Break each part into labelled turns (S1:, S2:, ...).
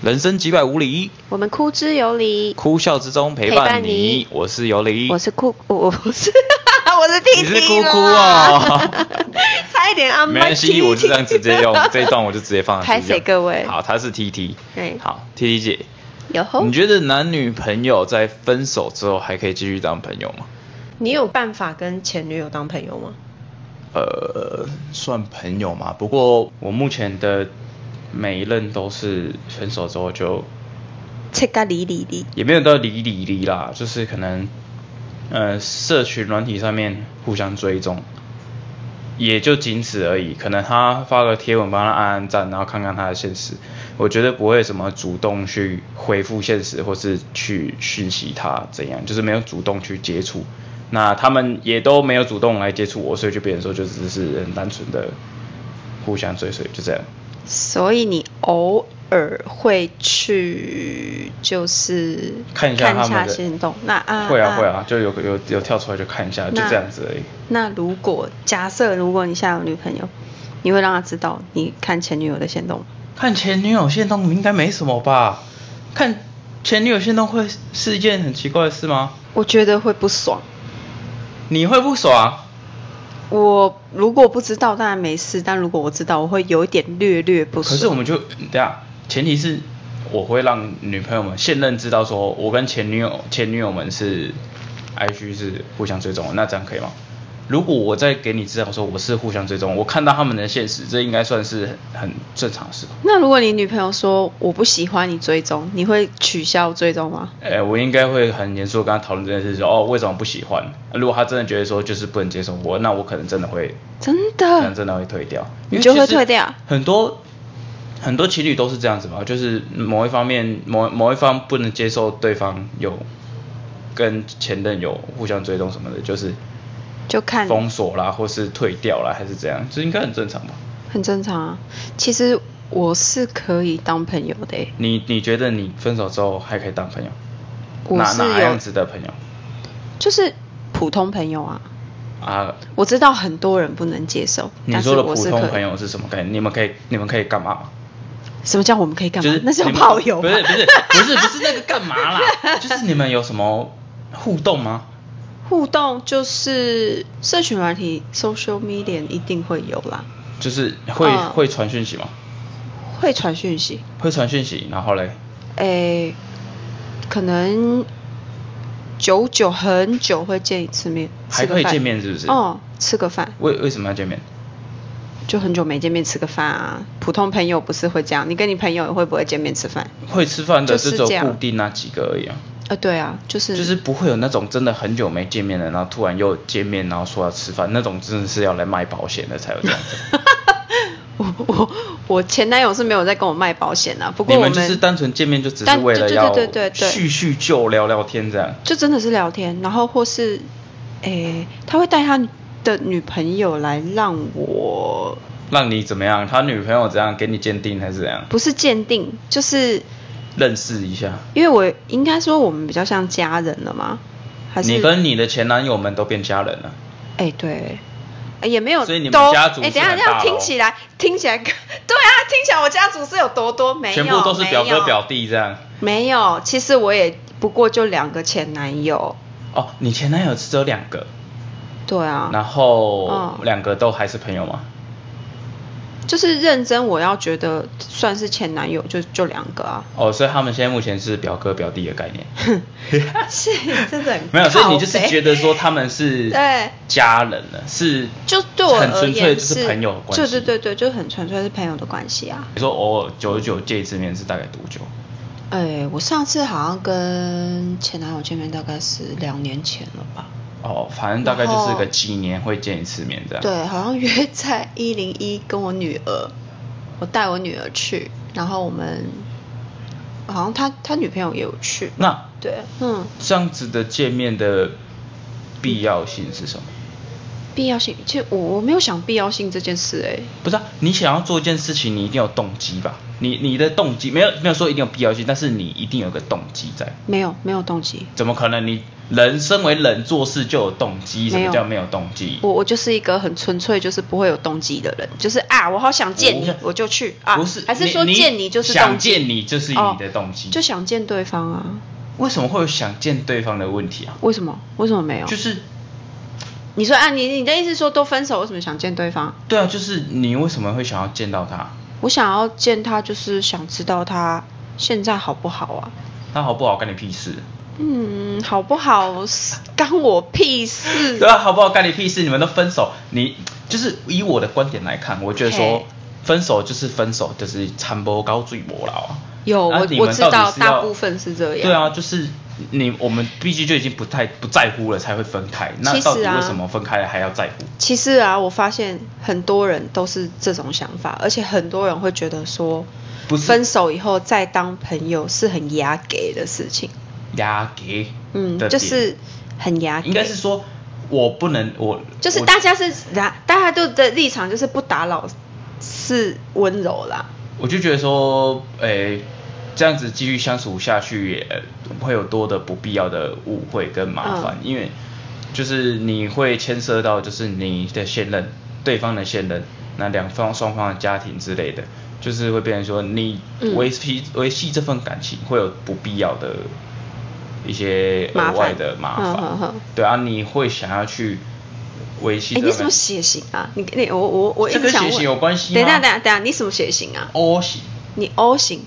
S1: 人生几百无理，
S2: 我们哭之有理，
S1: 哭笑之中陪
S2: 陪
S1: 伴
S2: 伴
S1: 你。
S2: 你
S1: 我是尤里，
S2: 我是哭，我我不是， 我是听
S1: 你是哭哭哦，
S2: 差一点啊，
S1: 没关系，我就这样直接 用这一段，我就直接放上
S2: 拍
S1: 去
S2: 谁
S1: 用。
S2: 各位
S1: 好，他是 T T，
S2: 对
S1: 好，T T 姐，
S2: 有吼
S1: 你觉得男女朋友在分手之后还可以继续当朋友吗？
S2: 你有办法跟前女友当朋友吗？
S1: 呃，算朋友嘛，不过
S3: 我目前的每一任都是分手之后就
S2: 切咖哩哩哩，
S3: 也没有到离离离啦，就是可能呃社群软体上面互相追踪，也就仅此而已。可能他发个贴文帮他按按赞，然后看看他的现实，我觉得不会什么主动去回复现实或是去讯息他怎样，就是没有主动去接触。那他们也都没有主动来接触我，所以就变成说就只是很单纯的互相追随，就这样。
S2: 所以你偶尔会去就是
S3: 看一下他们的
S2: 行动，那啊
S3: 会啊会啊，就有有有跳出来就看一下，就
S2: 那
S3: 这样子而已。
S2: 那如果假设如果你现在有女朋友，你会让她知道你看前女友的行动吗？
S3: 看前女友现动应该没什么吧？看前女友现动会是一件很奇怪的事吗？
S2: 我觉得会不爽。
S3: 你会不爽？
S2: 我如果不知道当然没事，但如果我知道，我会有一点略略不
S3: 可
S2: 爽。
S3: 是我们就等一下，前提是我会让女朋友们现任知道，说我跟前女友前女友们是 IG 是互相追踪的，那这样可以吗？如果我再给你知道说我是互相追踪，我看到他们的现实，这应该算是很很正常的事吧？
S2: 那如果你女朋友说我不喜欢你追踪，你会取消追踪吗？
S3: 哎、我应该会很严肃地跟他讨论这件事说哦，为什么不喜欢？如果他真的觉得说就是不能接受我，那我可能真的会，
S2: 真
S3: 可能
S2: 的？
S3: 真的会退掉。
S2: 啊
S3: 因
S2: 你
S3: 为
S2: 就会
S3: 其实
S2: 退掉
S3: 很多很多情侣都是这样子嘛，就是某一方面某某一方不能接受对方有跟前任有互相追踪什么的，就是
S2: 就看
S3: 封锁啦，或是退掉啦，还是怎样，这应该很正常吧？
S2: 很正常啊。其实我是可以当朋友的欸、
S3: 你你觉得你分手之后还可以当朋友？
S2: 我
S3: 哪
S2: 是
S3: 哪
S2: 有
S3: 样子的朋友？
S2: 就是普通朋友啊。
S3: 啊，
S2: 我知道很多人不能接受，
S3: 你
S2: 但是
S3: 说的
S2: 我
S3: 普
S2: 是
S3: 通
S2: 可以
S3: 朋友是什么概念？你们可以你们可以干嘛？
S2: 什么叫我们可以干嘛？
S3: 就是
S2: 那是
S3: 你们
S2: 炮友
S3: 不
S2: 吧，
S3: 是不是不是不是那个干嘛 啦？就是你们有什么互动吗？
S2: 互动就是社群软体 （social media） 一定会有啦，
S3: 就是会、
S2: 嗯
S3: 会传讯息吗？
S2: 会传讯息，
S3: 会传讯息，然后嘞，
S2: 诶，哎可能久久很久会见一次面，
S3: 还
S2: 吃个
S3: 可以
S2: 饭
S3: 见面是不是
S2: 哦，吃个饭，
S3: 为为什么要见面？
S2: 就很久没见面吃个饭啊。普通朋友不是会这样，你跟你朋友会不会见面吃饭？
S3: 会吃饭的
S2: 就是
S3: 只有
S2: 这样
S3: 固定那几个而已啊，
S2: 呃，对啊，就是
S3: 就是不会有那种真的很久没见面了，然后突然又见面，然后说要吃饭，那种真的是要来卖保险的才有这样子。
S2: 我我我前男友是没有在跟我卖保险啊，不过
S3: 你
S2: 我
S3: 们就是单纯见面就只是
S2: 但
S3: 为了
S2: 对
S3: 要
S2: 对对对对
S3: 叙叙旧、聊聊天这样。
S2: 就真的是聊天，然后或是，诶，他会带他的女朋友来让我，
S3: 让你怎么样？他女朋友怎样？给你鉴定还是怎样？
S2: 不是鉴定，就是
S3: 认识一下。
S2: 因为我应该说我们比较像家人了嘛，还是
S3: 你跟你的前男友们都变家人了，
S2: 哎、对。哎也没有都，
S3: 所以你们家族
S2: 哎，等一
S3: 是
S2: 下，
S3: 很
S2: 这
S3: 大咯
S2: 样听起来，听起来， 对啊，听起来我家族是有多多，没有，
S3: 全部都是表
S2: 没
S3: 哥
S2: 有
S3: 表弟这样。
S2: 没有，其实我也不过就两个前男友，
S3: 哦，你前男友只有两个，
S2: 对啊，
S3: 然后
S2: 嗯
S3: 两个都还是朋友吗？
S2: 就是认真，我要觉得算是前男友，就就两个 啊，
S3: 哦，所以他们现在目前是表哥表弟的概 念，
S2: 是真的很
S3: 没有，所以你就
S2: 靠
S3: 是
S2: 北
S3: 觉得说他们是
S2: 对
S3: 家人了，是
S2: 就对我
S3: 很
S2: 而
S3: 纯粹
S2: 言
S3: 就是朋友的关系。
S2: 对对对对，就很纯粹是朋友的关系啊。
S3: 你说偶尔久久见一次面是大概多久？
S2: 哎，我上次好像跟前男友见面大概是两年前了吧？
S3: 哦，反正大概就是个
S2: 然后
S3: 几年会见一次面这样。
S2: 对，好像约在一零一跟我女儿，我带我女儿去，然后我们好像他他女朋友也有去。
S3: 那
S2: 对，嗯，
S3: 这样子的见面的必要性是什么？
S2: 必要性，其实我我没有想必要性这件事哎、
S3: 不是、啊，你想要做一件事情，你一定有动机吧？你你的动机没有没有说一定有必要性，但是你一定有个动机在。
S2: 没有没有动机，
S3: 怎么可能你人身为人做事就有动机？什
S2: 没
S3: 么
S2: 有
S3: 叫没有动机？
S2: 我我就是一个很纯粹，就是不会有动机的人，就是啊，我好想见你
S3: 不，
S2: 我就去啊，
S3: 不是，
S2: 还是说见你就是
S3: 想
S2: 动机
S3: 见你就是你的动机、
S2: 哦就想见对方啊？
S3: 为什么会有想见对方的问题啊？
S2: 为什么？为什么没有？
S3: 就是
S2: 你说啊，你你的意思是说都分手，为什么想见对方？
S3: 对啊，就是你为什么会想要见到他？
S2: 我想要见他，就是想知道他现在好不好啊？
S3: 他好不好干你屁事？
S2: 嗯，好不好是干我屁事。
S3: 对啊，好不好干你屁事？你们都分手，你就是以我的观点来看，我觉得说
S2: 嘿
S3: 分手就是分手，就是参谋高最无劳啊。
S2: 有
S3: 啊
S2: 我
S3: 你们
S2: 我知
S3: 到底
S2: 道
S3: 是要
S2: 大部分是这样
S3: 对啊，就是你我们必须就已经不太不在乎了才会分开，那
S2: 其实
S3: 到底为
S2: 啊
S3: 什么分开了还要在乎？
S2: 其实啊，我发现很多人都是这种想法，而且很多人会觉得说，
S3: 不是
S2: 分手以后再当朋友是很牙给的事情。
S3: 压给，
S2: 嗯，就是很牙给。
S3: 应该是说，我不能我
S2: 就是
S3: 我
S2: 大家是大大家都的立场就是不打扰是温柔啦。
S3: 我就觉得说，诶、这样子继续相处下去也呃会有多的不必要的误会跟麻烦，
S2: 嗯
S3: 因为就是你会牵涉到就是你的现任、对方的现任，那两方双方的家庭之类的，就是会变成说你
S2: 嗯
S3: 维系维系这份感情会有不必要的一些额
S2: 麻
S3: 外
S2: 烦
S3: 的麻
S2: 嗯
S3: 烦，
S2: 嗯嗯
S3: 对啊，你会想要去维系
S2: 哎、
S3: 这
S2: 你
S3: 份
S2: 什么血型啊？你你我我我一
S3: 这
S2: 直
S3: 跟
S2: 想
S3: 血
S2: 问，
S3: 型有关系吗哦
S2: 等一下等一下等一下，你什么血型啊？
S3: O 型，
S2: 你 O 型，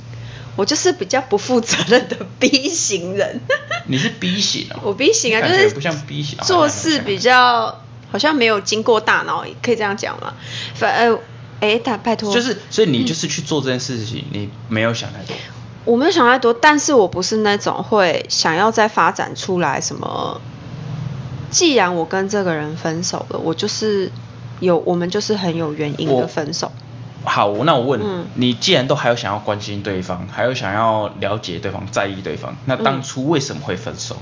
S2: 我就是比较不负责任的 B 型人。
S3: 你是 B 型哦，
S2: 我 B 型啊，
S3: 感
S2: 就
S3: 觉
S2: 是
S3: 不像 B 型，啊
S2: 做事比较好像没有经过大脑，可以这样讲吗？反呃，哎、大拜托，
S3: 就是，所以
S2: 嗯
S3: 你就是去做这件事情，你没有想太多。
S2: 我没有想太多，但是我不是那种会想要再发展出来什么。既然我跟这个人分手了，我就是有我们就是很有原因
S3: 我
S2: 的分手。
S3: 好，那我问、
S2: 嗯
S3: 你，既然都还有想要关心对方，还有想要了解对方、在意对方，那当初为什么会分手？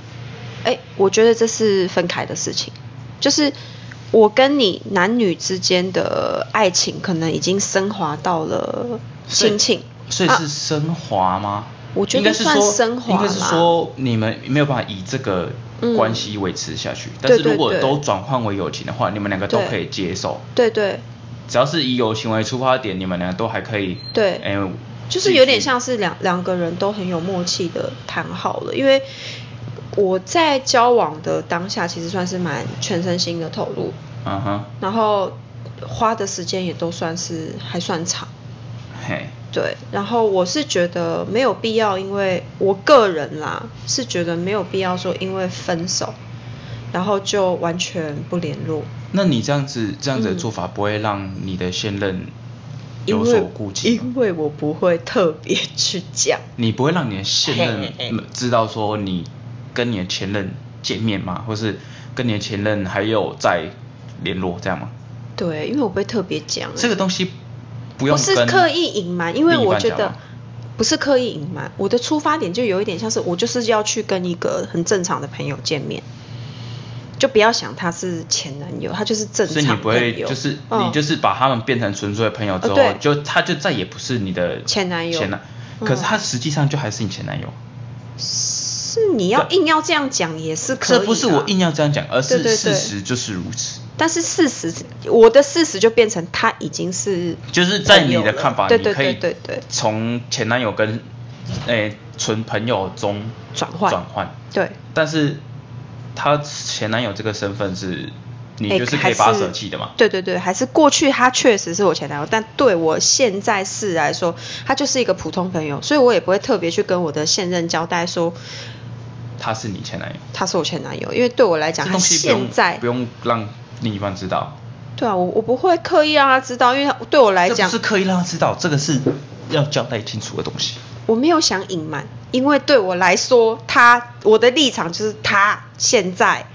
S2: 哎、我觉得这是分开的事情，就是我跟你男女之间的爱情可能已经升华到了
S3: 所以
S2: 亲情，
S3: 所以
S2: 啊
S3: 是升华吗？
S2: 我觉得
S3: 应该是
S2: 算
S3: 说
S2: 升华
S3: 应该是
S2: 啦
S3: 说你们没有办法以这个
S2: 嗯
S3: 关系维持下去，但
S2: 对
S3: 是如
S2: 对
S3: 果
S2: 对
S3: 都转换为友情的话，你们两个都
S2: 对
S3: 可以接受。
S2: 对对，
S3: 只要是以友情为出发点，你们两个都还可以。
S2: 对
S3: 哎、
S2: 就是有点
S3: 继续
S2: 像是两两个人都很有默契的谈好了，因为我在交往的当下，其实算是蛮全身心的投入，
S3: 嗯哼，
S2: 然后花的时间也都算是还算长，
S3: 嘿，
S2: 对。然后我是觉得没有必要，因为我个人啦是觉得没有必要说因为分手，然后就完全不联络，
S3: 那你这样子这样子的
S2: 嗯
S3: 做法，不会让你的现任
S2: 因
S3: 有所
S2: 为
S3: 顾忌吗
S2: 因为我不会特别 去讲。
S3: 你不会让你的现任
S2: 嘿嘿
S3: 嗯知道说你跟你的前任见面吗？或是跟你的前任还有在联络这样吗？
S2: 对，因为我不会特别讲、欸。
S3: 这个东西不用
S2: 是
S3: 跟
S2: 刻意隐瞒，因为
S3: 另一
S2: 我
S3: 半
S2: 觉
S3: 讲
S2: 得
S3: 吗
S2: 不是刻意隐瞒，我的出发点就有一点像是我就是要去跟一个很正常的朋友见面，就不要想他是前男友，他就是正
S3: 所以你
S2: 常
S3: 不
S2: 朋
S3: 会
S2: 友，
S3: 就是、
S2: 嗯
S3: 你就是把他们变成纯粹的朋友之后，
S2: 呃对
S3: 就他就再也不是你的
S2: 前男友
S3: 前男，
S2: 嗯
S3: 可是他实际上就还是你前男友。
S2: 是你要硬要这样讲也是可以、
S3: 这不是我硬
S2: 要，
S3: 要这样讲，而是
S2: 对对
S3: 事
S2: 对
S3: 实就是如此。
S2: 但是事实我的事实就变成他已经是
S3: 就是在
S2: 朋
S3: 你
S2: 友
S3: 的
S2: 了
S3: 看法，
S2: 对
S3: 你
S2: 对
S3: 可以
S2: 对对对
S3: 从前男友跟诶纯朋友中
S2: 转换
S3: 转换，
S2: 对
S3: 但是他前男友这个身份是，你
S2: 哎
S3: 就是可以
S2: 还
S3: 把他舍弃的嘛？
S2: 对对对，还是过去他确实是我前男友，但对我现在是来说，他就是一个普通朋友，所以我也不会特别去跟我的现任交代说
S3: 他是你前男友，
S2: 他是我前男友，因为对我来
S3: 这
S2: 讲，他
S3: 东西不
S2: 现
S3: 用
S2: 在
S3: 不用让另一半知道，
S2: 对啊，我我不会刻意让他知道，因为对我来
S3: 这
S2: 讲
S3: 不是，刻意让他知道，这个是要交代清楚的东西。
S2: 我没有想隐瞒，因为对我来说，他我的立场就是他现在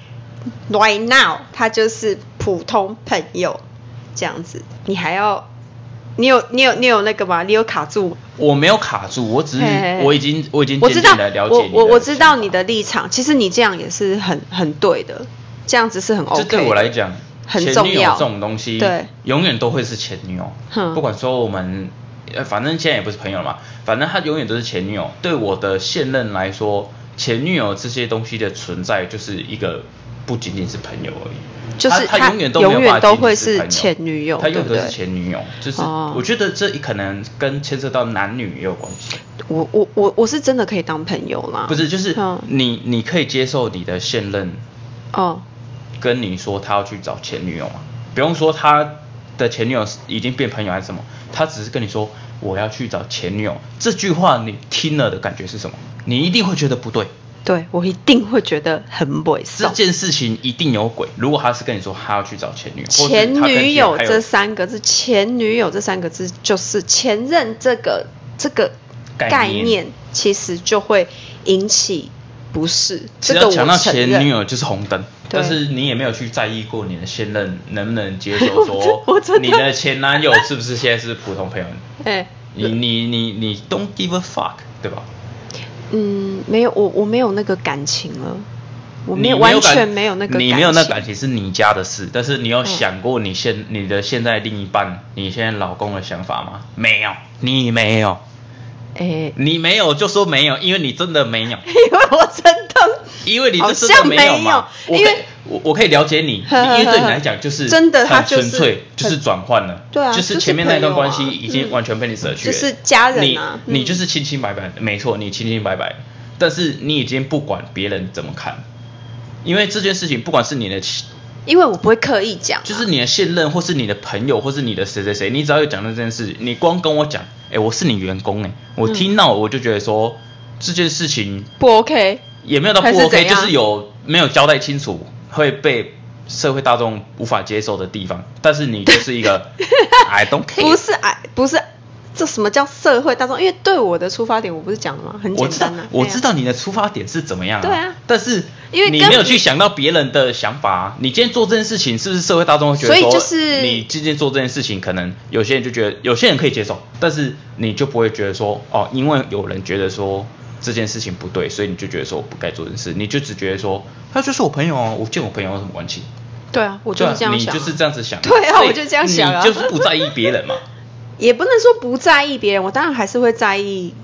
S2: right now 他就是普通朋友这样子，你还要你有你有你有那个吗？你有卡住吗？
S3: 我没有卡住，我只是
S2: 嘿嘿嘿
S3: 我已经我已经
S2: 我
S3: 渐
S2: 知
S3: 渐
S2: 道
S3: 的了解
S2: 我
S3: 你
S2: 我
S3: 的
S2: 我知道
S3: 想法
S2: 你的立场，其实你这样也是很很对的，这样子是很
S3: 这
S2: OK 的。
S3: 对我来讲，
S2: 很
S3: 前
S2: 重
S3: 女友
S2: 要
S3: 这种东西，
S2: 对
S3: 永远都会是前女友。
S2: 哼
S3: 不管说我们呃，反正现在也不是朋友了嘛，反正他永远都是前女友。对我的现任来说，前女友这些东西的存在就是一个不仅仅是朋友而已，
S2: 就是
S3: 他
S2: 他
S3: 永远都
S2: 永
S3: 没有
S2: 远
S3: 办法
S2: 都
S3: 仅仅
S2: 会
S3: 是
S2: 是
S3: 朋友
S2: 前女友
S3: 他永远都
S2: 对不
S3: 是
S2: 对
S3: 前女友，就是
S2: 哦
S3: 我觉得这可能跟牵涉到男女也有关系。
S2: 我我我我是真的可以当朋友啦。
S3: 不是，就是
S2: 嗯
S3: 你你可以接受你的现任
S2: 哦，
S3: 跟你说他要去找前女友吗？不用说他的前女友是已经变朋友还是什么，他只是跟你说我要去找前女友，这句话你听了的感觉是什么？你一定会觉得不对，
S2: 对我一定会觉得很猥
S3: 这
S2: 琐。
S3: 件事情一定有鬼。如果他是跟你说他要去找前女友，或是
S2: 前
S3: 他跟
S2: 女
S3: 前
S2: 友
S3: 还有
S2: 这三个字，前女友这三个字就是前任这个这个
S3: 概
S2: 概
S3: 念
S2: 念，其实就会引起不适。
S3: 只
S2: 这
S3: 要
S2: 个
S3: 讲
S2: 我
S3: 到
S2: 承
S3: 前女
S2: 认。
S3: 友就是红灯，
S2: 对
S3: 但是你也没有去在意过你的现任能不能接受
S2: 我
S3: 说
S2: 真
S3: 你
S2: 的
S3: 的前男友是不是现在是普通朋友？
S2: 哎，
S3: 你你你你 don't give a fuck，对吧？
S2: 嗯，没有，我我没有那个感情了，我没
S3: 你
S2: 有完全没有那个
S3: 感
S2: 感
S3: 你
S2: 情。嗯
S3: 没有那感情是你家的事，但是你有想过你现、你的现在另一半，你现在老公的想法吗？没有，你没有，
S2: 哎，
S3: 你没有就说没有，因为你真的没有，
S2: 因为我真的
S3: 因为你这真的有嘛
S2: 好。像
S3: 我可以
S2: 没有因为
S3: 我我可以了解你，
S2: 呵呵呵
S3: 因为对你来讲就是
S2: 真的它
S3: 很
S2: 就是
S3: 纯粹，就是转换了，
S2: 对啊
S3: 就是前面那段关系
S2: 就是朋友啊
S3: 已经完全被你舍去了，
S2: 就是家人啊
S3: 你你
S2: 嗯
S3: 就是清清白白的，没错，你清清白白，但是你已经不管别人怎么看。因为这件事情，不管是你的
S2: 因为我不会刻意讲啊、
S3: 就是你的现任，或是你的朋友，或是你的谁谁谁，你只要有讲到这件事，你光跟我讲，哎、我是你员工、诶，哎，我
S2: 嗯
S3: 听到我就觉得说、这件事情
S2: 不 OK，
S3: 也没有到
S2: 还
S3: 不
S2: 是
S3: OK，
S2: 怎
S3: 就
S2: 样
S3: 是有没有交代清楚，会被社会大众无法接受的地方。但是你就是一 个 I don't care，
S2: 不是哎，不是这什么叫社会大众？因为对我的出发点，我不是讲了吗？很
S3: 我
S2: 简
S3: 知道
S2: 单啊，，
S3: 我
S2: 哎呀
S3: 知道你的出发点是怎么样、
S2: 对啊
S3: 但是
S2: 因为
S3: 你
S2: 根
S3: 没有
S2: 本
S3: 去想到别人的想法、啊，你今天做这件事情，是不是社会大众会觉得
S2: 所以
S3: 说，
S2: 就是
S3: 你今天做这件事情，可能有些人就觉得，有些人可以接受，但是你就不会觉得说，哦，因为有人觉得说这件事情不对，所以你就觉得说我不该做这件事，你就只觉得说他就是我朋友啊，我见我朋友有什么关系？
S2: 对啊，我就
S3: 对啊
S2: 是这样
S3: 你
S2: 想啊、
S3: 就是这样子想啊，
S2: 对啊
S3: 所以
S2: 我就这样想啊
S3: 你就是不在意别人 嘛。
S2: 也不能说不在意别人，我当然还是会在意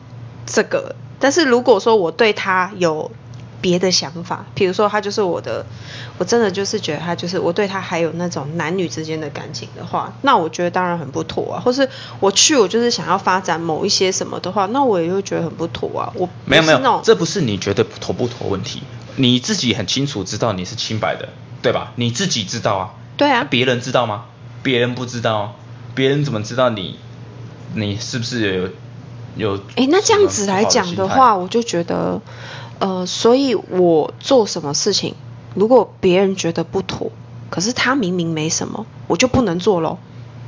S2: 这个。但是如果说我对他有别的想法，比如说他就是我的，我真的就是觉得他就是我对他还有那种男女之间的感情的话，那我觉得当然很不妥啊。或是我去我就是想要发展某一些什么的话，那我也会觉得很不妥啊。我
S3: 没有
S2: 不
S3: 没
S2: 是那
S3: 有
S2: 种，
S3: 这不是你觉得妥不妥问题，你自己很清楚知道你是清白的，对吧？你自己知道啊。
S2: 对啊
S3: 别人知道吗？别人不知道啊，别人怎么知道你你是不是有有？
S2: 诶，那这样子来讲的话，，我就觉得，呃，所以我做什么事情，如果别人觉得不妥，可是他明明没什么，我就不能做咯，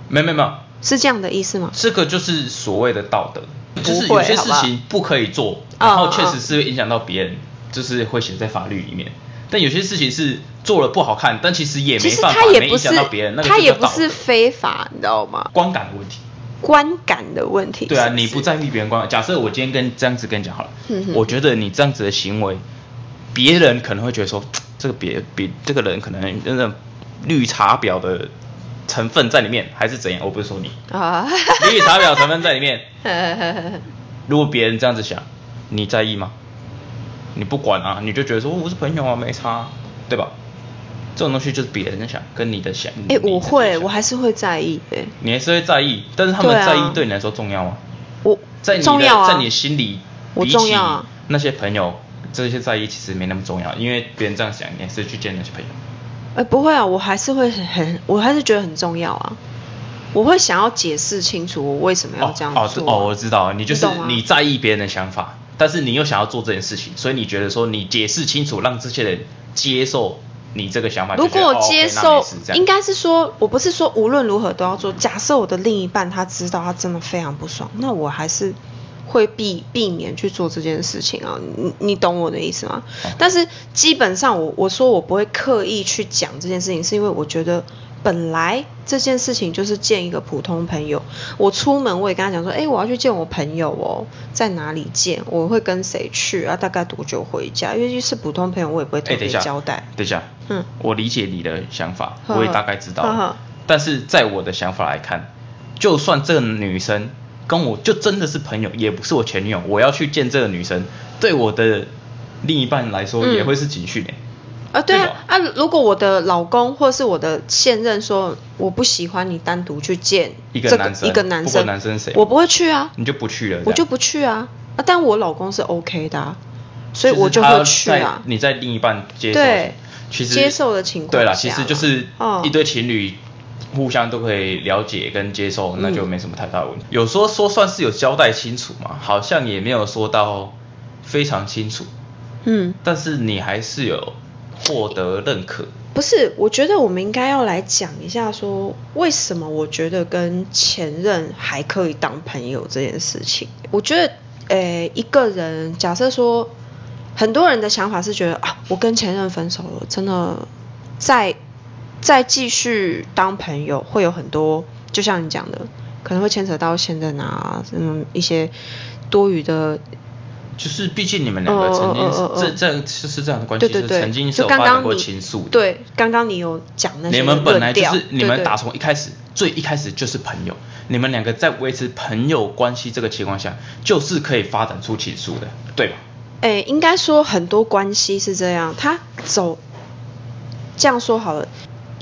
S3: 没有没有没有，
S2: 是这样的意思吗？
S3: 这个就是所谓的道德，就是
S2: 嗯不
S3: 有
S2: 会
S3: 些
S2: 好
S3: 事
S2: 不好
S3: 情不可以做，
S2: 嗯
S3: 然后确实是会影响到别人，就是会写在法律里面。但有些事情是做了不好看，但其实也
S2: 其
S3: 没
S2: 实
S3: 办法
S2: 他，也
S3: 没
S2: 不
S3: 影
S2: 是
S3: 响到别人，那，个
S2: 他
S3: 就
S2: 也
S3: 叫
S2: 不
S3: 道德
S2: 是非法，你知道吗？
S3: 观感的问题。
S2: 观感的问题。
S3: 对啊，
S2: 是不是
S3: 你不在意别人观感。假设我今天跟这样子跟你讲好了，
S2: 嗯哼
S3: 我觉得你这样子的行为，别人可能会觉得说，这个别比这个人可能真的绿茶婊的成分在里面，还是怎样？我不是说你，
S2: 啊，
S3: 绿茶婊成分在里面。
S2: 呃
S3: 如果别人这样子想，你在意吗？你不管啊，你就觉得说我是朋友啊，没差啊、对吧？这种东西就是别人想，跟你的想。
S2: 哎、
S3: 你
S2: 我
S3: 自己
S2: 会，
S3: 想
S2: 我还是会在意的、
S3: 你还是会在意，但是他们
S2: 对啊
S3: 在意对你来说重要吗？
S2: 我
S3: 在你的
S2: 重要啊，
S3: 在你心里，
S2: 我
S3: 比起
S2: 重要啊
S3: 那些朋友，这些在意其实没那么重要，因为别人这样想，你还是去见那些朋友。
S2: 哎、不会啊，我还是会很很，我还是觉得很重要啊。我会想要解释清楚我为什么要这样
S3: 哦
S2: 做、啊
S3: 哦，我知道，你就是
S2: 你懂吗
S3: 你在意别人的想法，但是你又想要做这件事情，所以你觉得说你解释清楚，让这些人接受你这个想法。
S2: 如
S3: 就觉
S2: 果
S3: 得哦
S2: 接
S3: OK，那
S2: 受
S3: 没事这，样
S2: 应该是说，我不是说无论如何都要做。假设我的另一半他知道他真的非常不爽，那我还是会避避免去做这件事情啊。你你懂我的意思吗？
S3: 哦
S2: 但是基本上我我说我不会刻意去讲这件事情，是因为我觉得。本来这件事情就是见一个普通朋友，我出门我也跟他讲说，哎、我要去见我朋友哦，在哪里见？我会跟谁去啊？大概多久回家？因为是普通朋友，我也不会
S3: 哎，
S2: 特
S3: 等
S2: 别
S3: 一下，
S2: 交代。
S3: 等一下，
S2: 嗯
S3: 我理解你的想法，
S2: 呵呵
S3: 我也大概知道
S2: 呵呵
S3: 了。但是在我的想法来看，就算这个女生跟我就真的是朋友，也不是我前女友，我要去见这个女生，对我的另一半来说
S2: 嗯
S3: 也会是警讯诶、欸
S2: 啊，对啊，啊
S3: 对，
S2: 如果我的老公或是我的现任说我不喜欢你单独去见
S3: 一个
S2: 这
S3: 男生
S2: 一个男
S3: 不管
S2: 生，
S3: 男生谁
S2: 我不会去啊，
S3: 你就不去了这样
S2: 我就不去啊，啊，但我老公是 OK 的、啊，所以我
S3: 就是他
S2: 会去啊
S3: 在。你在另一半接受
S2: 对
S3: 其实
S2: 接受的情况
S3: 对啦，其
S2: 下
S3: 实就是
S2: 哦
S3: 一对情侣互相都可以了解跟接受，那就
S2: 嗯
S3: 没什么太大的问题。有说说算是有交代清楚嘛，好像也没有说到非常清楚，
S2: 嗯，
S3: 但是你还是有获得认可。
S2: 不是，我觉得我们应该要来讲一下，说为什么我觉得跟前任还可以当朋友这件事情。我觉得，呃，一个人假设说，很多人的想法是觉得啊，我跟前任分手了，真的再再继续当朋友会有很多，就像你讲的，可能会牵扯到现任啊，嗯，一些多余的
S3: 就是毕竟你们两个曾经是、
S2: 呃呃呃呃
S3: 这这样就是这样的关系，
S2: 对对
S3: 是
S2: 对，
S3: 曾经是
S2: 就
S3: 有
S2: 刚
S3: 发
S2: 刚
S3: 展
S2: 你
S3: 过情愫的。
S2: 对，刚刚你有讲那些
S3: 你们本来就
S2: 论
S3: 是
S2: 调
S3: 你们打
S2: 对
S3: 从一开始最一开始就是朋友，你们两个在维持朋友关系这个情况下，就是可以发展出情愫的，对吧？
S2: 对诶，应该说很多关系是这样，他走这样说好了，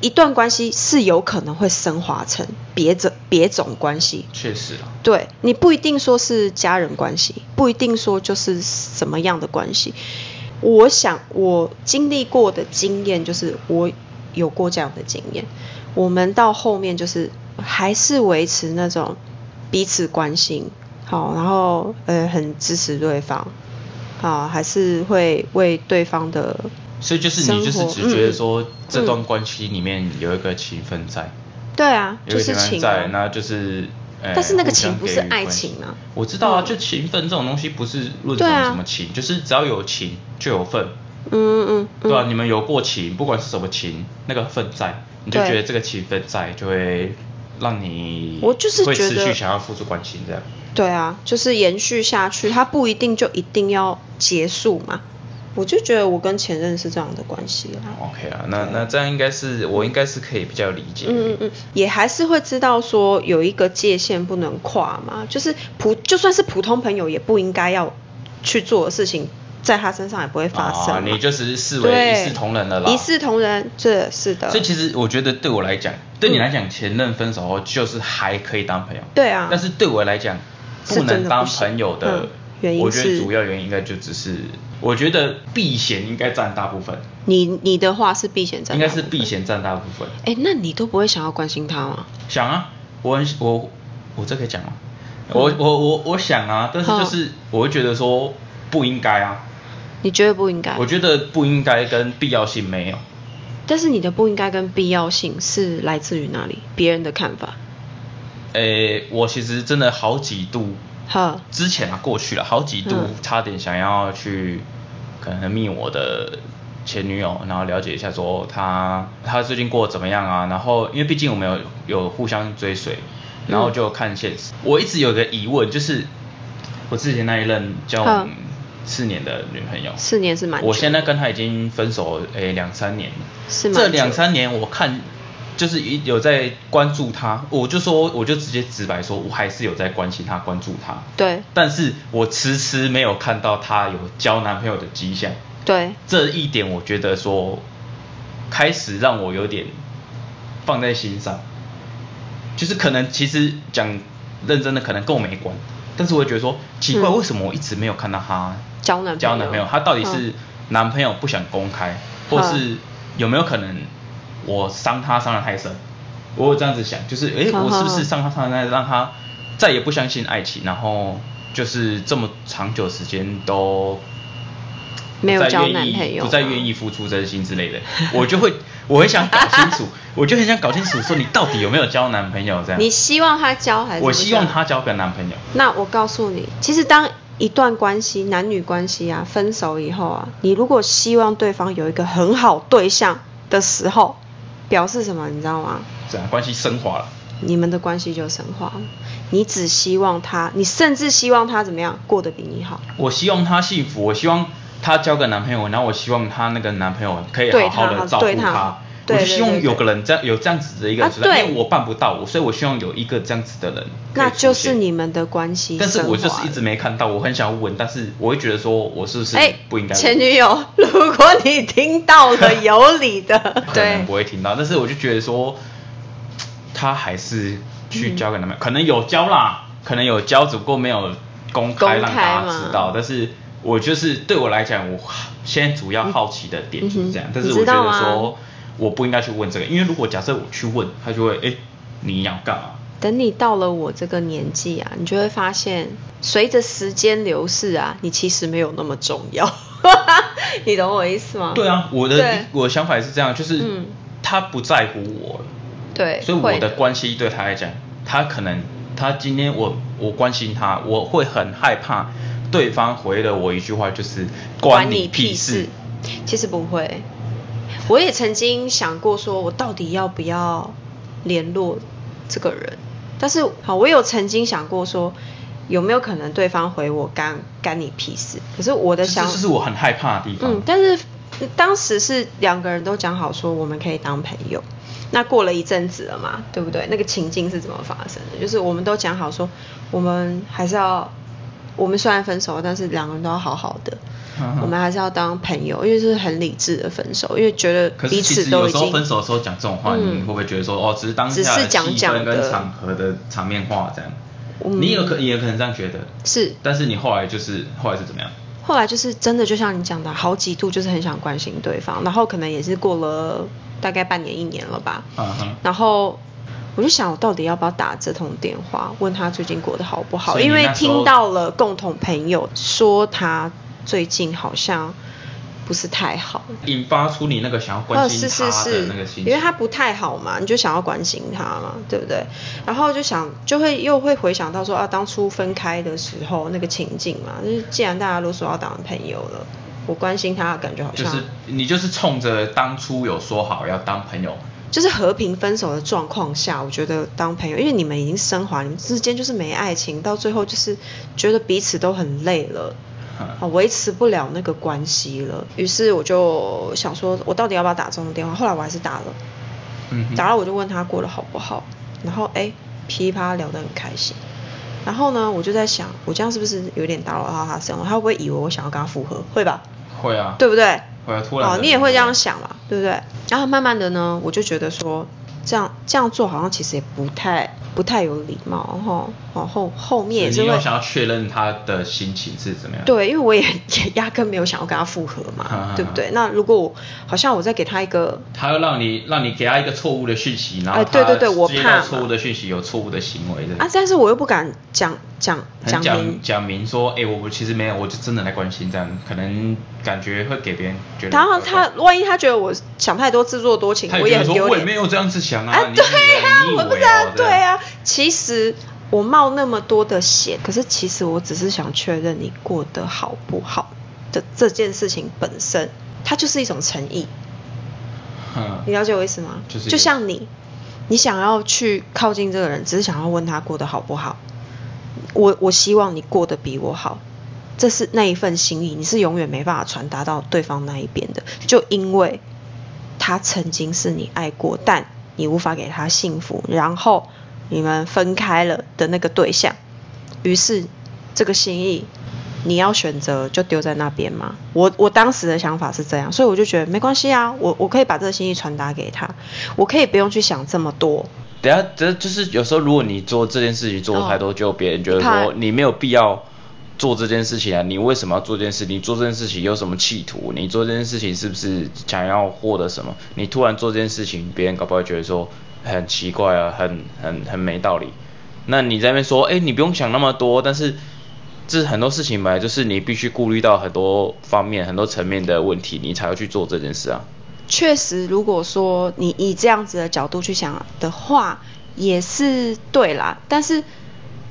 S2: 一段关系是有可能会升华成别种别种关系。
S3: 确实啊，
S2: 对你不一定说是家人关系，不一定说就是什么样的关系。我想我经历过的经验就是我有过这样的经验，我们到后面就是还是维持那种彼此关心，好，然后呃很支持对方，好，还是会为对方的
S3: 所以就是你就是
S2: 生活
S3: 只觉得说
S2: 嗯嗯
S3: 这段关系里面有一个情分在，
S2: 对啊，
S3: 有
S2: 就
S3: 一个
S2: 是
S3: 情分
S2: 情
S3: 在
S2: 啊，
S3: 那就是。呃
S2: 但是那个
S3: 互相
S2: 情不
S3: 给予
S2: 是爱
S3: 关系
S2: 情啊
S3: 我知道啊，
S2: 嗯
S3: 就情分这种东西不是论什
S2: 对啊
S3: 么什么情，就是只要有情就有份，
S2: 嗯嗯嗯，
S3: 对啊，你们有过情，不管是什么情，那个份在，你就
S2: 对
S3: 觉得这个情分在，就会让你
S2: 我就是
S3: 会
S2: 觉
S3: 持续
S2: 得
S3: 想要付出关心这样。
S2: 对啊，就是延续下去，它不一定就一定要结束嘛。我就觉得我跟前任是这样的关系啦。
S3: OK 啊，那那这样应该是我应该是可以比较理解。
S2: 嗯嗯嗯，也还是会知道说有一个界限不能跨嘛，就是普就算是普通朋友也不应该要去做的事情，在他身上也不会发生嘛、
S3: 啊你就只是视为
S2: 对
S3: 一视同仁了啦
S2: 一视同仁，这是的。
S3: 所以其实我觉得对我来讲，对你来讲，前任分手后就是还可以当朋友。
S2: 嗯对啊
S3: 但是对我来讲，不
S2: 是真的
S3: 能当
S2: 不行
S3: 朋友的
S2: 嗯原因
S3: 我觉得
S2: 是
S3: 主要原因应该就只是，我觉得避嫌应该占大部分，
S2: 你你的话是避嫌在，
S3: 应该是避。嫌占大部分。
S2: 哎，那你都不会想要关心他吗？
S3: 想啊，我很我我这可以讲吗？我我我我想啊，但是就是我会觉得说不应该啊，
S2: 你觉得不应该？
S3: 我觉得不应该跟必要性没有。
S2: 但是你的不应该跟必要性是来自于哪里？别人的看法。
S3: 诶，我其实真的好几度
S2: 哈，
S3: 之前啊，过去了好几度
S2: 嗯，
S3: 差点想要去可能密我的前女友，然后了解一下说她她最近过得怎么样啊？然后因为毕竟我们有有互相追随，然
S2: 嗯
S3: 后就看现实。我一直有个疑问，就是我之前那一任交往
S2: 嗯
S3: 四年的女朋友，
S2: 四年是蛮久的
S3: 我现在跟她已经分手诶两三年了，
S2: 是蛮久
S3: 这
S2: 的
S3: 两三年我看。就是一有在关注她，我就说，我就直接直白说，我还是有在关心她，关注她。
S2: 对
S3: 但是我迟迟没有看到她有交男朋友的迹象，
S2: 对，
S3: 这一点我觉得说，开始让我有点放在心上，就是可能其实讲认真的，可能跟我没关，但是我会觉得说奇怪，
S2: 嗯
S3: 为什么我一直没有看到她
S2: 交男朋友
S3: 交男朋友？她到底是
S2: 嗯
S3: 男朋友不想公开，或是有没有可能我伤她伤的太深？我有这样子想，就是诶，
S2: 嗯
S3: 我是不是
S2: 嗯
S3: 伤她伤的太深，让她再也不相信爱情，然后就是这么长久时间都
S2: 没有
S3: 不再
S2: 交
S3: 愿
S2: 男
S3: 意
S2: 朋友
S3: 不再
S2: 吗
S3: 愿意付出真心之类的， 我就会，我很想搞清楚， 我就很想搞清楚，说你到底有没有交男朋友这样
S2: 你。希望他交还是？
S3: 啊我希望她。交个男朋友，
S2: 那我告诉你，其实当一段关系，男女关系啊，分手以后啊，你如果希望对方有一个很好对象的时候，表示什么？你知道吗？
S3: 这样关系升华了。
S2: 你们的关系就升华了。你只希望他，你甚至希望他怎么样过得比你好。
S3: 我希望她幸福，我希望她交个男朋友，然后我希望她那个男朋友可以
S2: 对
S3: 好好
S2: 她
S3: 的
S2: 好
S3: 照顾
S2: 对她
S3: 她，我
S2: 对
S3: 就希望
S2: 对对
S3: 有个人这样有这样子的一个
S2: 啊
S3: 存在，因为
S2: 对
S3: 我办不到，我所以我希望有一个这样子的人可以出现。
S2: 那就是你们的关系
S3: 但是我就
S2: 升华
S3: 是一直
S2: 了
S3: 没看到，我很想要问，但是我会觉得说我是不是
S2: 哎
S3: 不应该问？
S2: 前女友，如果你听到了，有理 的，
S3: 可能
S2: 对
S3: 不，会听到，但是我就觉得说，他还是去交给男朋友，
S2: 嗯
S3: 可能有交啦，可能有交，只不过没有公
S2: 公
S3: 开
S2: 开
S3: 让大家知道
S2: 嘛。
S3: 但是我就是对我来讲，我现在主要好奇的点就是这样，
S2: 嗯哼
S3: 但是
S2: 你
S3: 我
S2: 知
S3: 觉
S2: 道
S3: 得
S2: 吗
S3: 说我不应该去问这个，因为如果假设我去问，他就会哎、你要干嘛？
S2: 等你到了我这个年纪啊，你就会发现，随着时间流逝啊，你其实没有那么重要， 你懂我意思吗？
S3: 对啊，我的
S2: 嗯对
S3: 我的想法也是这样，就是
S2: 嗯
S3: 他不在乎我了
S2: 对，
S3: 所以我
S2: 会
S3: 的关系对他来讲，他可能他今天我我关心他，我会很害怕对方回了我一句话就是
S2: 关
S3: 你
S2: 你屁
S3: 事
S2: 事。。其实不会，我也曾经想过，说我到底要不要联络这个人？但是好，我有曾经想过说，有没有可能对方回我干干你屁事？可是我
S3: 我
S2: 的想，
S3: 这这是我很害怕的地方。
S2: 嗯，但是当时是两个人都讲好说我们可以当朋友。那过了一阵子了嘛，对不对？那个情境是怎么发生的？就是我们都讲好说，我们还是要，我们虽然分手了，但是两个人都要好好的，
S3: 嗯哼
S2: 我们还是要当朋友，因为是很理智的分手，因为觉得
S3: 可是
S2: 彼
S3: 其
S2: 此
S3: 实
S2: 都
S3: 有
S2: 已
S3: 时候
S2: 经
S3: 分手的时候讲这种话，
S2: 嗯
S3: 你会不会觉得说哦，只是当下
S2: 只是
S3: 的
S2: 讲
S3: 气
S2: 讲
S3: 氛
S2: 的
S3: 跟场合的场面话这样？
S2: 嗯
S3: 你有可你也可能这样觉得，
S2: 是
S3: 但是你后来就是后来是怎么样？
S2: 后来就是真的，就像你讲的，好几度就是很想关心对方，然后可能也是过了大概半年一年了吧。
S3: 嗯哼
S2: 然后我就想，我到底要不要打这通电话问他最近过得好不好？
S3: 所以你
S2: 因为
S3: 那时候
S2: 听到了共同朋友说他最近好像不是太好，呃
S3: 引发出你那个想要关心
S2: 哦是
S3: 他
S2: 是
S3: 的
S2: 是
S3: 那个心情，
S2: 因为他不太好嘛，你就想要关心他嘛，对不对？然后就想就会又会回想到说啊，当初分开的时候那个情境嘛，就是既然大家都说要当朋友了，我关心他，感觉好
S3: 就
S2: 像
S3: 是你就是冲着当初有说好要当朋友，
S2: 就是和平分手的状况下，我觉得当朋友，因为你们已经升华，你们之间就是没爱情，到最后就是觉得彼此都很累了
S3: 嗯。
S2: 啊，维持不了那个关系了，于是我就想说，我到底要不要打这种电话？后来我还是打了，
S3: 嗯哼，
S2: 打了我就问他过得好不好，然后哎噼啪聊得很开心，然后呢我就在想，我这样是不是有点打扰到他生活？他会不会以为我想要跟他复合？会吧？
S3: 会啊，
S2: 对不对？
S3: 会啊，突然
S2: 哦
S3: 的，
S2: 你也会这样想嘛，对不对？然后慢慢的呢，我就觉得说，这样这样做好像其实也不太不太有礼貌哈。哦后后面也是
S3: 你
S2: 会
S3: 有想要确认他的心情是怎么样？，
S2: 对，因为我也 也压根没有想要跟他复合嘛，
S3: 嗯嗯嗯
S2: 对不对？那如果我好像我再给他一个
S3: 他要让你让你给他一个错误的讯息，然后
S2: 哎对对对
S3: 他
S2: 我
S3: 接
S2: 怕
S3: 到
S2: 嘛
S3: 错误的讯息有错误的行为的
S2: 啊，，但是我又不敢讲讲
S3: 很
S2: 讲
S3: 讲
S2: 明，
S3: 讲明说，哎，我我其实没有，我就真的来关心这样，可能感觉会给别人觉得，
S2: 然后他万一他觉得我想太多、自作多情
S3: 嗯他，也
S2: 我也
S3: 觉得
S2: 很
S3: 说
S2: 丢
S3: 我也
S2: 脸
S3: 没。有这样子想
S2: 啊
S3: 你，
S2: 对啊
S3: 你以，为
S2: 我不知
S3: 哦
S2: 道，
S3: 这
S2: 对
S3: 样
S2: 啊，其实我冒那么多的险，可是其实我只是想确认你过得好不好的这件事情本身，它就是一种诚意，
S3: 嗯
S2: 你了解我意思吗？
S3: 就是
S2: 就像你，你想要去靠近这个人，只是想要问他过得好不好。我我希望你过得比我好，这是那一份心意，你是永远没办法传达到对方那一边的，就因为他曾经是你爱过，但你无法给他幸福，然后你们分开了的那个对象，于是这个心意你要选择就丢在那边嘛。我我当时的想法是这样，所以我就觉得没关系啊，我我可以把这个心意传达给他，我可以不用去想这么多。
S1: 等一下，这就是有时候如果你做这件事情做得太多，
S2: 哦
S1: 就别人觉得
S2: 怕
S1: 说你没有必要做这件事情啊，你为什么要做这件事？你做这件事情有什么企图？你做这件事情是不是想要获得什么？你突然做这件事情，别人搞不好会觉得说很奇怪啊，很很很没道理。那你在那边说，哎、你不用想那么多，但是这很多事情本来就是你必须顾虑到很多方面、很多层面的问题，你才要去做这件事啊。
S2: 确实，如果说你以这样子的角度去想的话，也是对啦。但是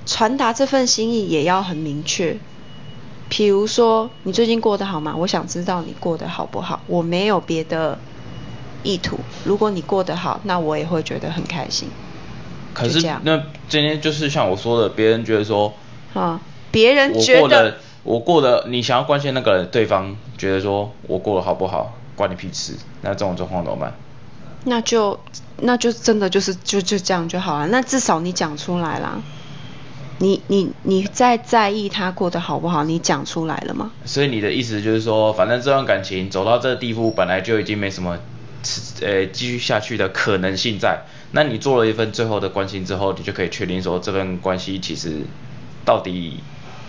S2: 传达这份心意也要很明确。比如说，你最近过得好吗？我想知道你过得好不好。我没有别的意图。如果你过得好，那我也会觉得很开心。
S1: 可
S2: 就是这样
S1: 那今天就是像我说的，别人觉得说
S2: 啊，别人
S1: 我
S2: 觉
S1: 过得
S2: 得
S1: 我过得，你想要关心那个人，对方觉得说我过得好不好，关你屁事。那这种状况怎么办？
S2: 那就那就真的就是就就这样就好了。那至少你讲出来啦，你你你在在意他过得好不好？你讲出来了吗？
S3: 所以你的意思就是说，反正这段感情走到这个地步，本来就已经没什么持呃继续下去的可能性在。那你做了一份最后的关心之后，你就可以确定说这份关系其实到底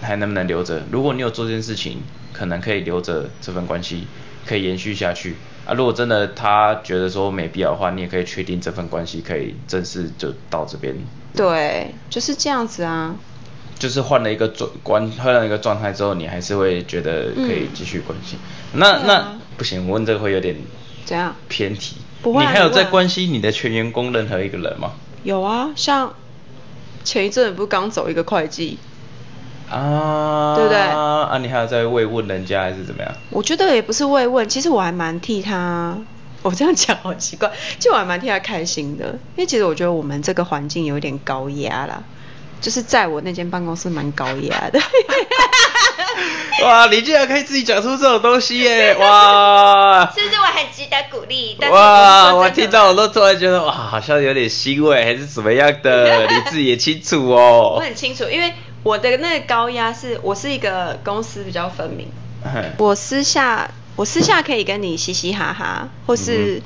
S3: 还能不能留着。如果你有做这件事情，可能可以留着这份关系，可以延续下去。啊，如果真的他觉得说没必要的话，你也可以确定这份关系可以正式就到这边
S2: 对，就是这样子啊。
S3: 就是换了一个状关，换了一个状态之后，你还是会觉得可以继续关心。那、
S2: 对啊
S3: 那不行，我问这个会有点
S2: 怎样？
S3: 偏题。
S2: 不会啊
S3: 你还有
S2: 你问
S3: 在
S2: 啊
S3: 关心你的全员工任何一个人吗？
S2: 有啊，像前一阵子不是刚走一个会计，
S3: 啊，
S2: 对不对
S3: 啊，你还有在慰问人家还是怎么样？
S2: 我觉得也不是慰问，其实我还蛮替他， 我这样讲好奇怪，其实我还蛮替他开心的，因为其实我觉得我们这个环境有点高压啦，就是在我那间办公室蛮高压 的。
S3: 哇，你竟然可以自己讲出这种东西 耶！哇，
S4: 是不是我很值得鼓励？但是
S3: 哇，我
S4: 我是说真的
S3: 听到我都突然觉得哇，好像有点欣慰还是怎么样 的，你自己也清楚哦。
S2: 我很清楚，因为我的那个高压是我是一个公私比较分明，
S3: 嘿
S2: 我私下我私下可以跟你嘻嘻哈哈，或是、
S3: 嗯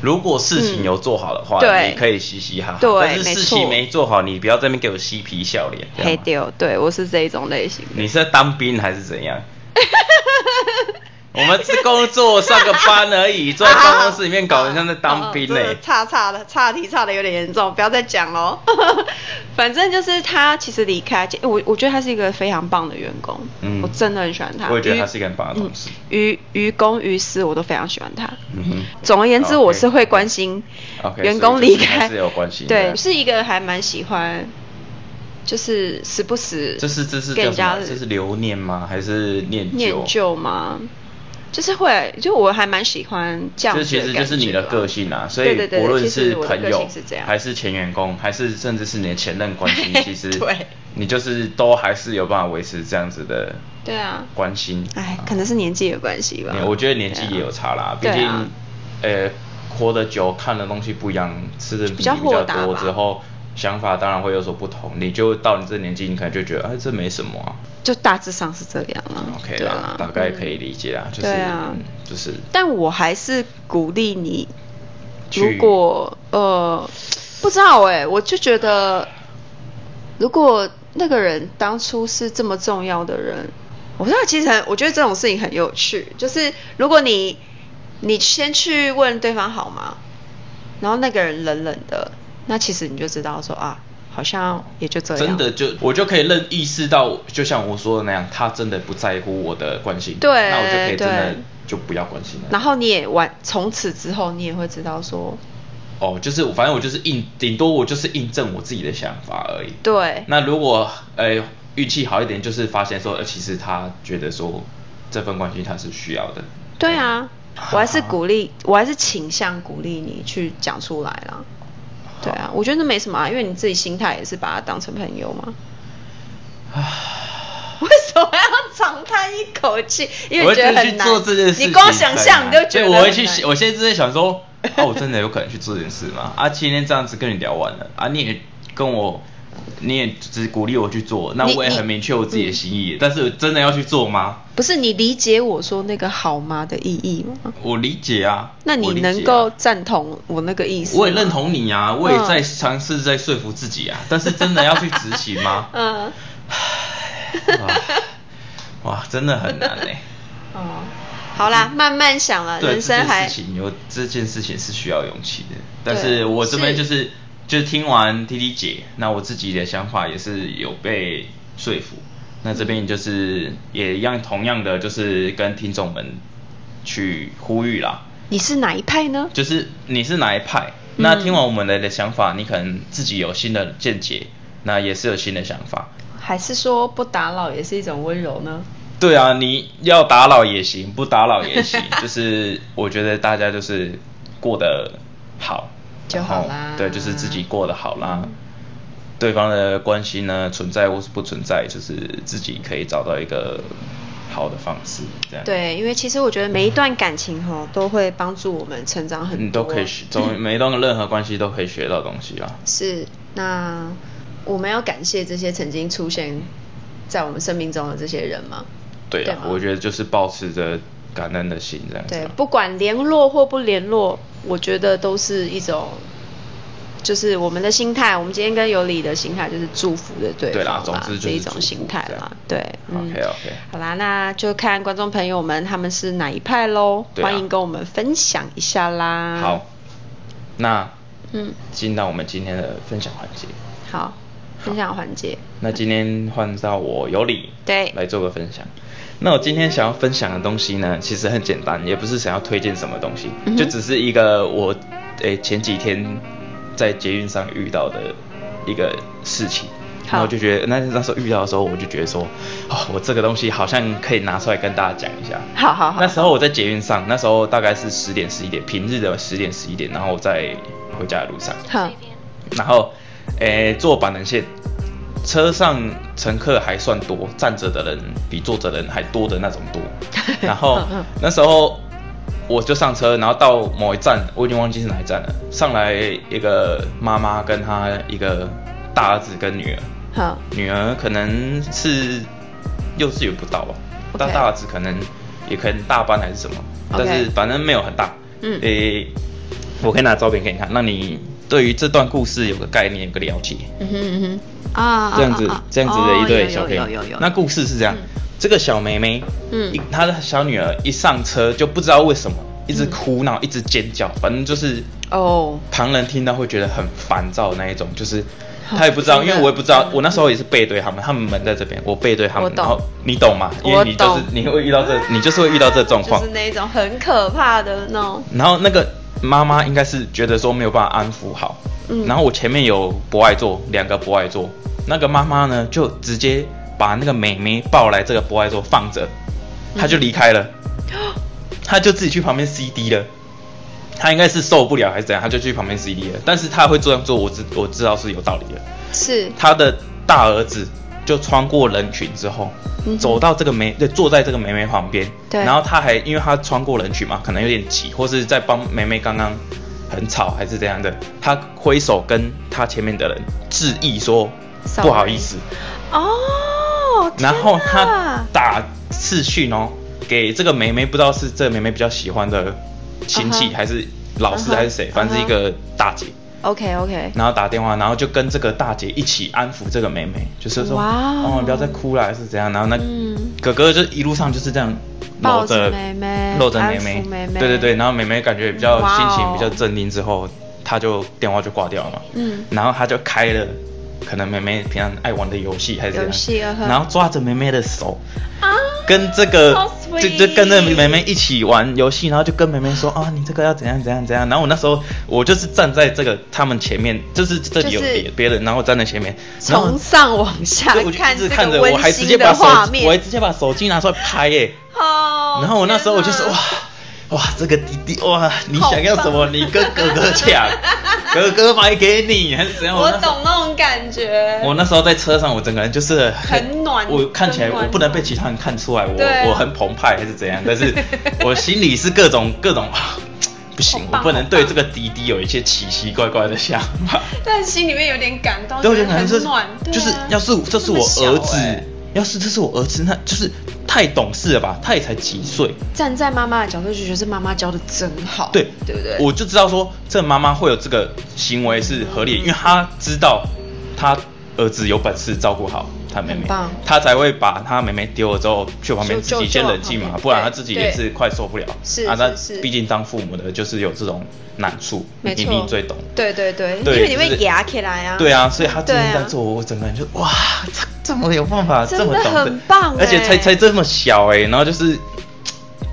S3: 如果事情有做好的话，
S2: 嗯对
S3: 你可以嘻嘻哈哈。
S2: 对
S3: 但是事情
S2: 没
S3: 没做好，你不要在那边给我嬉皮笑脸。这样
S2: 黑
S3: 吗
S2: 丢，对我是这一种类型。
S3: 你是在当兵还是怎 样？我们是工作上个班而已，坐在办公室里面搞得像在当兵嘞、
S2: 哦哦真的差差的差题差的有点严重，不要再讲喽。 反正就是他其实离开，诶我我觉得他是一个非常棒的员工，
S3: 嗯
S2: 我真的很喜欢他。
S3: 我也觉得
S2: 于
S3: 他是一个很棒的同事。
S2: 嗯于于公于私我都非常喜欢他。
S3: 嗯哼，
S2: 总而言之，
S3: OK
S2: 我是会关心
S3: OK，
S2: 员工
S3: 所
S2: 离
S3: 以就是
S2: 开
S3: 还是有关心的
S2: 对，是一个还蛮喜欢，就是时不时
S3: 这是这是
S2: 给
S3: 叫什
S2: 人家
S3: 么？这是留念吗？还是念旧？
S2: 念旧吗？就是会，就我还蛮喜欢这样子
S3: 这
S2: 的
S3: 其
S2: 感
S3: 实
S2: 觉吧。
S3: 就是你的个性啊，所以
S2: 对对对
S3: 不论
S2: 其实
S3: 是
S2: 我的
S3: 朋
S2: 个
S3: 友
S2: 性是这样
S3: 还是前员工，还是甚至是你的前任关系，其实
S2: 对
S3: 你就是都还是有办法维持这样子的
S2: 对啊
S3: 关心。
S2: 哎，可能是年纪有关系吧
S3: 嗯。我觉得年纪也有差啦，毕
S2: 对啊
S3: 竟
S2: 对啊，
S3: 呃，活得久，看的东西不一样，吃的比
S2: 比较
S3: 比较
S2: 豁达
S3: 多
S2: 吧
S3: 之后，想法当然会有所不同。你就到你这年纪，你可能就觉得，哎，这没什么啊
S2: 就大致上是这样啊。
S3: ，OK
S2: 对
S3: 啦
S2: 啊，，
S3: 大概
S2: 嗯
S3: 可以理解啦，就是
S2: 对啊
S3: 嗯就是
S2: 但我还是鼓励你，
S3: 去
S2: 如果呃，不知道哎、我就觉得，如果那个人当初是这么重要的人，我知道其实很，我觉得这种事情很有趣，就是如果你你先去问对方好吗，然后那个人冷冷的，那其实你就知道说啊，好像也就这样，
S3: 真的就我就可以认意识到，就像我说的那样，他真的不在乎我的关心，
S2: 对
S3: 那我就可以真的
S2: 对
S3: 就不要关心了。
S2: 然后你也完，从此之后你也会知道说，
S3: 哦，就是我反正我就是印，顶多我就是印证我自己的想法而已。
S2: 对，
S3: 那如果呃运气好一点，就是发现说，呃，其实他觉得说这份关系他是需要的。
S2: 对啊，我还是鼓励，我还是倾向鼓励你去讲出来啦。对啊，我觉得没什么啊，因为你自己心态也是把它当成朋友嘛。为什么要长叹一口气？因
S3: 我
S2: 为
S3: 会
S2: 觉
S3: 真
S2: 得
S3: 的去
S2: 很难。
S3: 做这件事情，
S2: 你光想象你就觉
S3: 对，
S2: 得
S3: 我会
S2: 很
S3: 去
S2: 难
S3: 想，我现在正在想说，啊，我真的有可能去做这件事吗？ 啊，今天这样子跟你聊完了，啊，你也跟我，你也只鼓励我去做，那
S2: 你
S3: 我也很
S2: 你嗯
S3: 明确我自己的心意，但是真的要去做吗？
S2: 不是你理解我说那个好吗的意义吗？
S3: 我理解啊，
S2: 那
S3: 我理
S2: 你
S3: 解啊
S2: 能够赞同我那个意思？嗯
S3: 我也认。同你啊，我也在尝试在说服自己啊，但是真的要去执行吗？
S2: 嗯。
S3: 哇 哇，真的很难哎、
S2: 哦，好啦，慢慢想啦，
S3: 对，
S2: 人生
S3: 这件
S2: 还
S3: 事情有这件事情是需要勇气的，
S2: 对
S3: 但是我这边
S2: 是
S3: 就是就是听完 T T 姐，那我自己的想法也是有被说服。那这边就是也一样，同样的就是跟听众们去呼吁啦，
S2: 你是哪一派呢？
S3: 就是你是哪一派？
S2: 嗯
S3: 那听完我们的想法，你可能自己有新的见解，那也是有新的想法。
S2: 还是说不打扰也是一种温柔呢？
S3: 对啊，你要打扰也行，不打扰也 行，就是我觉得大家就是过得好
S2: 就好啦嗯
S3: 然后对，就是自己过得好啦。对方的关系呢，存在或是不存在，就是自己可以找到一个好的方式，这样。
S2: 对，因为其实我觉得每一段感情哈都会帮助我们成长很
S3: 你
S2: 多，
S3: 嗯都可以学，从每一段任何关系都可以学到东西啦。
S2: 是，那我们要感谢这些曾经出现在我们生命中的这些人吗？
S3: 对
S2: 对
S3: 啊
S2: 吗，
S3: 我觉得就是保持着感恩的心这样子
S2: 对
S3: 啊。，
S2: 不管联络或不联络，我觉得都是一种，就是我们的心态。我们今天跟有理的心态就是祝福的对
S3: 对
S2: 方
S3: 啦
S2: 啦，
S3: 总之就是
S2: 这一
S3: 祝福
S2: 种心态
S3: 这样
S2: 啦。对、嗯
S3: OK，OK
S2: 好啦，那就看观众朋友们他们是哪一派喽，
S3: 对啊
S2: 欢迎跟我们分享一下啦。
S3: 好，，那
S2: 嗯，
S3: 进到我们今天的分享环节。
S2: 好，分享环节，
S3: 那今天换到我有理
S2: 对
S3: 来做个分享。那我今天想要分享的东西呢，其实很简单，也不是想要推荐什么东西，
S2: 嗯哼
S3: 就只是一个我诶、前几天在捷运上遇到的一个事情。
S2: 好
S3: 然后我就觉得那那时候遇到的时候，我就觉得说，哦，我这个东西好像可以拿出来跟大家讲一下。
S2: 好啊好好
S3: 那时候我在捷运上，那时候大概是十点十一点，平日的十点十一点，然后我在回家的路上，
S2: 好，
S3: 然后，诶、坐板能线，车上乘客还算多，站着的人比坐着的人还多的那种 多。然后
S2: 嗯嗯
S3: 那时候我就上车，然后到某一站，我已经忘记是哪一站了。上来一个妈妈跟她一个大儿子跟女儿，
S2: 好，
S3: 女儿可能是幼稚园不到吧，
S2: OK
S3: 但大儿子可能也可能大班还是什么
S2: OK
S3: 但是反正没有很大。
S2: 嗯
S3: 诶、我可以拿照片给你看，让你对于这段故事有个概念，有个了解。
S2: 嗯哼嗯哼，啊，
S3: 这样子
S2: 啊啊啊
S3: 这样子的一
S2: 哦
S3: 对
S2: 有
S3: 小朋友
S2: 有有有有，
S3: 那故事是这样，
S2: 嗯
S3: 这个小妹妹，
S2: 嗯
S3: 一她的小女儿一上车就不知道为什么一
S2: 嗯
S3: 直哭闹，一直尖叫，反正就是
S2: 哦，
S3: 旁人听到会觉得很烦躁那一种，就是
S2: 好
S3: 他也不知道，
S2: 真
S3: 因
S2: 的
S3: 为我也不知道，我那时候也是背对他们，他们门在这边，我背对他
S2: 我
S3: 们，
S2: 懂
S3: 然后你懂吗？因为你就
S2: 我
S3: 是
S2: 懂
S3: 你会遇到这，你就是会遇到这状
S2: 就
S3: 况
S2: 是，那一种很可怕的那种，
S3: 然后那个妈妈应该是觉得说没有办法安抚好，
S2: 嗯
S3: 然后我前面有博爱座，两个博爱座，那个妈妈呢就直接把那个妹妹抱来这个博爱座放着，她就离开了，她就自己去旁边 CD 了。她应该是受不了还是怎样，她就去旁边 CD 了。但是她会这样做，我知我知道是有道理的。
S2: 是
S3: 他的大儿子就穿过人群之后，
S2: 嗯哼
S3: 走到这个梅，对，坐在这个梅梅旁边。
S2: 对
S3: 然后他还因为他穿过人群嘛，可能有点急，或是在帮梅梅刚刚很吵还是怎样的，他挥手跟他前面的人致意说
S2: 少
S3: 不好
S2: 来
S3: 意思，
S2: 哦，天
S3: 然后他
S2: 哪
S3: 打视讯哦，给这个梅梅，不知道是这个梅梅比较喜欢的亲戚
S2: 嗯哼
S3: 还是老师
S2: 嗯哼
S3: 还是谁，反正是一个大姐。
S2: OK OK，
S3: 然后打电话，然后就跟这个大姐一起安抚这个妹妹，就是说，
S2: 哇哦
S3: 哦，你不要再哭了，还是怎样？然后那、
S2: 嗯
S3: 哥哥就一路上就是这样搂
S2: 抱着
S3: 着
S2: 妹妹
S3: 搂着妹
S2: 安抚妹妹
S3: 对对对，然后妹妹感觉比较
S2: 哇哦
S3: 心情比较镇定之后，她就电话就挂掉了嘛，
S2: 嗯
S3: 然后她就开了。可能妹妹平常爱玩的游戏还是怎
S2: 游戏
S3: 样
S2: 嗯，哼
S3: 然后抓着妹妹的手，
S2: 啊，
S3: 跟这个
S2: 好
S3: 就
S2: sweet
S3: 就跟着妹妹一起玩游戏，然后就跟妹妹说啊，你这个要怎样怎样怎样。然后我那时候我就是站在这个他们前面，就是这里有
S2: 就是
S3: 别别人，然后我站在前面，然后
S2: 从上往下
S3: 对我就一直
S2: 这
S3: 看
S2: 个
S3: 着，我还
S2: 温
S3: 直接
S2: 馨
S3: 把
S2: 的
S3: 手
S2: 画，
S3: 我还
S2: 面，
S3: 直接把手机拿出来拍耶、
S2: 哦，
S3: 然后我那时候我就说
S2: 天
S3: 哇
S2: 哪，
S3: 哇，这个弟弟哇，你想要什么？你跟哥哥 抢，哥哥买给你还是怎样？
S2: 我
S3: 那时候
S2: 懂那种感觉，
S3: 我那时候在车上，我整个人就是
S2: 很暖
S3: 我看起来
S2: 很
S3: 我
S2: 暖
S3: 不能被其他人看出来我
S2: 对啊
S3: 我很澎湃还是怎样，但 是我心里是各种各种， 啊不行
S2: 好，
S3: 我
S2: 棒
S3: 不能对这个滴滴有一些奇奇怪怪的想法。
S2: 但心里面有点感 动，
S3: 对，我
S2: 觉
S3: 就
S2: 得
S3: 可能
S2: 很
S3: 是
S2: 暖，对啊
S3: 就是要是这是
S2: 那
S3: 我
S2: 么小
S3: 儿子
S2: 欸，
S3: 要是这是我儿子，那就是太懂事了吧？他也才几岁，
S2: 站在妈妈的角度就觉得是妈妈教的真好，
S3: 对
S2: 对不对？
S3: 我就知道说这妈妈会有这个行为是合理的，因为她知道她儿子有本事照顾好她妹妹
S2: 很棒，
S3: 她才会把她妹妹丢了之后去旁边自己先冷静
S2: 就就
S3: 嘛
S2: 就，
S3: 不然她
S2: 对
S3: 自己也是
S2: 对
S3: 快受不了。
S2: 是
S3: 啊，
S2: 是
S3: 那
S2: 是
S3: 毕竟当父母的就是有这种难处，
S2: 没
S3: 你一
S2: 错，
S3: 定最懂。
S2: 对对对，
S3: 对
S2: 因为你
S3: 就
S2: 会
S3: 是
S2: 压起来啊。
S3: 对啊，所以他今天在做，
S2: 对
S3: 我整个人就哇，这这么有办法，
S2: 真
S3: 这
S2: 的
S3: 么懂得
S2: 很棒
S3: 而且才
S2: 欸
S3: 才这么小哎、然后就是。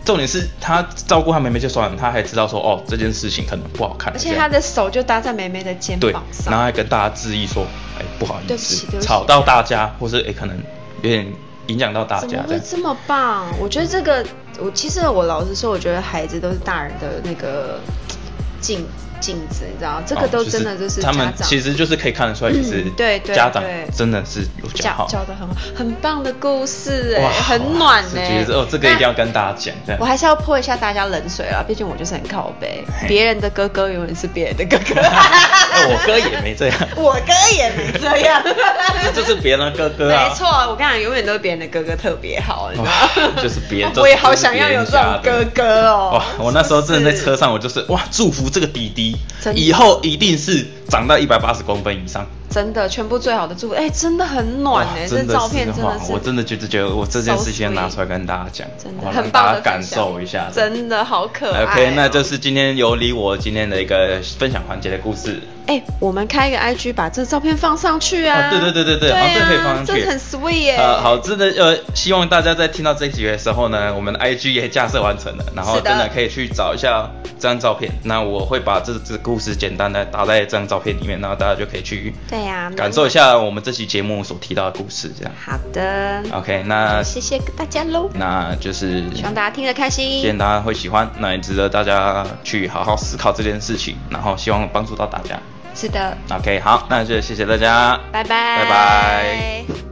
S3: 重点是他照顾他妹妹就算了，他还知道说哦这件事情可能不好看，
S2: 啊，而
S3: 这
S2: 且
S3: 样
S2: 他的手就搭在妹妹的肩
S3: 对
S2: 膀，上，
S3: 然后还跟大家致意说，哎、不好意
S2: 对不起
S3: 思
S2: 对，不起
S3: 吵到大家，或是哎、可能有点影响到大
S2: 怎么
S3: 家这
S2: 会
S3: 样。
S2: 这么棒？我觉得这个，我其实我老实说，我觉得孩子都是大人的那个镜镜子，你知道，这个都真的就是
S3: 哦他
S2: 家
S3: 们
S2: 长
S3: 其实就是可以看得出来，其实
S2: 嗯对对
S3: 家长
S2: 对
S3: 真的是有教
S2: 教
S3: 好，
S2: 教的很好，很棒的故事哎、
S3: 哇
S2: 很暖
S3: 是
S2: 哎、
S3: 其实哦，这个一定要跟大家讲，这样
S2: 我还是要泼一下大家冷水啦，啊毕竟我就是很靠背，
S3: 嘿
S2: 别人的哥哥永远是别人的哥 哥，
S3: 哎我哥也没这样，
S2: 我哥也没这样，
S3: 这就是别人的哥哥啊，
S2: 没错，我跟你讲，永远都是别人的哥哥特别好，你知道吗？
S3: 哇就是 别人
S2: 我也好想要有这种哥哥哦。
S3: 哇！我那时候真的在
S2: 是不
S3: 车
S2: 是
S3: 上，我就是哇，祝福这个弟弟
S2: 真的
S3: 以后一定是长到一百八十公分以上。
S2: 真的全部最好的祝福，哎、真的很暖
S3: 哇
S2: 哎、这
S3: 真的是
S2: 照片真
S3: 哇
S2: 的是，
S3: 我真的觉得觉得我这件
S2: so
S3: 事情要
S2: sweet
S3: 拿出来跟大家讲，
S2: 真的
S3: 哇
S2: 很
S3: 让
S2: 棒
S3: 大
S2: 的
S3: 家感
S2: 分享
S3: 受一下。
S2: 真的好可爱哦、
S3: OK，那就是今天由离我今天的一个分享环节的故事。
S2: 哎、我们开一个 IG 把这照片放上去
S3: 哦
S2: 啊！
S3: 对对对对对
S2: 啊
S3: 好像可以放上去
S2: 真的很 sweet 耶、
S3: 呃，好，真的呃，希望大家在听到这一集的时候呢，我们的 IG 也架设完成了，然后
S2: 是的
S3: 真的可以去找一下这张照片。那我会把这这故事简单的打在这张照片里面，然后大家就可以去
S2: 对呀、
S3: 感受一下我们这期节目所提到的故事，这样。
S2: 好的
S3: OK，那
S2: 谢谢大家喽，
S3: 那就是
S2: 希望大家听得开心。
S3: 希望大家会喜欢，那也值得大家去好好思考这件事情，然后希望帮助到大家。
S2: 是的，
S3: OK，好，那就谢谢大家，
S2: 拜拜，
S3: 拜拜。